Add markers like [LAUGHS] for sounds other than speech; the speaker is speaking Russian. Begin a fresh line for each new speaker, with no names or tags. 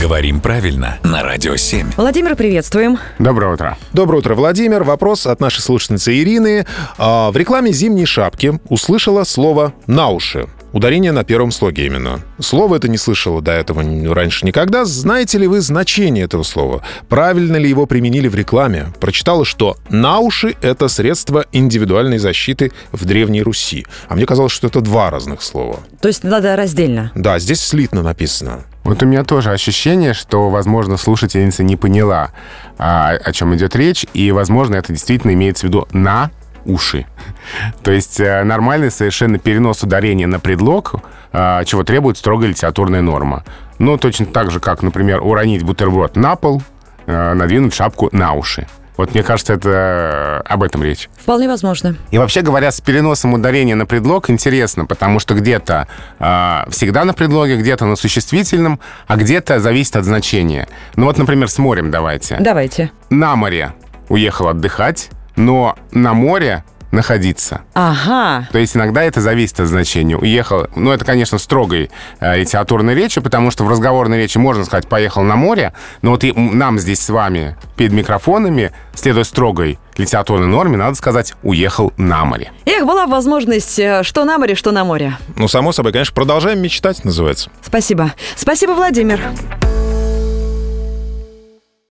Говорим правильно на Радио 7.
Владимир, приветствуем.
Доброе утро.
Доброе утро, Владимир. Вопрос от нашей слушательницы Ирины. А, В рекламе зимней шапки услышала слово «на уши». Ударение на первом слоге именно. Слово это не слышала до этого н- раньше никогда. Знаете ли вы значение этого слова? Правильно ли его применили в рекламе? Прочитала, что «на уши» — это средство индивидуальной защиты в Древней Руси. А мне казалось, что это два разных слова.
То есть надо раздельно.
Да, здесь слитно написано.
Вот у меня тоже ощущение, что, возможно, слушательница не поняла, а, о чем идет речь, и, возможно, это действительно имеется в виду на уши. [LAUGHS] То есть э, нормальный совершенно перенос ударения на предлог, э, чего требует строгая литературная норма. Ну, точно так же, как, например, уронить бутерброд на пол, э, надвинуть шапку на уши. Вот мне кажется, это э, об этом речь.
Вполне возможно.
И вообще говоря, с переносом ударения на предлог интересно, потому что где-то э, всегда на предлоге, где-то на существительном, а где-то зависит от значения. Ну вот, например, с морем давайте.
Давайте.
На море уехал отдыхать, но на море находиться.
Ага.
То есть иногда это зависит от значения. Уехал, ну это, конечно, в строгой э, литературной речи, потому что в разговорной речи можно сказать «поехал на море», но вот и м- нам здесь с вами перед микрофонами, следуя строгой литературной норме, надо сказать «уехал на море».
Эх, была бы возможность э, что на море, что на море.
Ну, само собой, конечно, продолжаем мечтать, называется.
Спасибо. Спасибо, Владимир.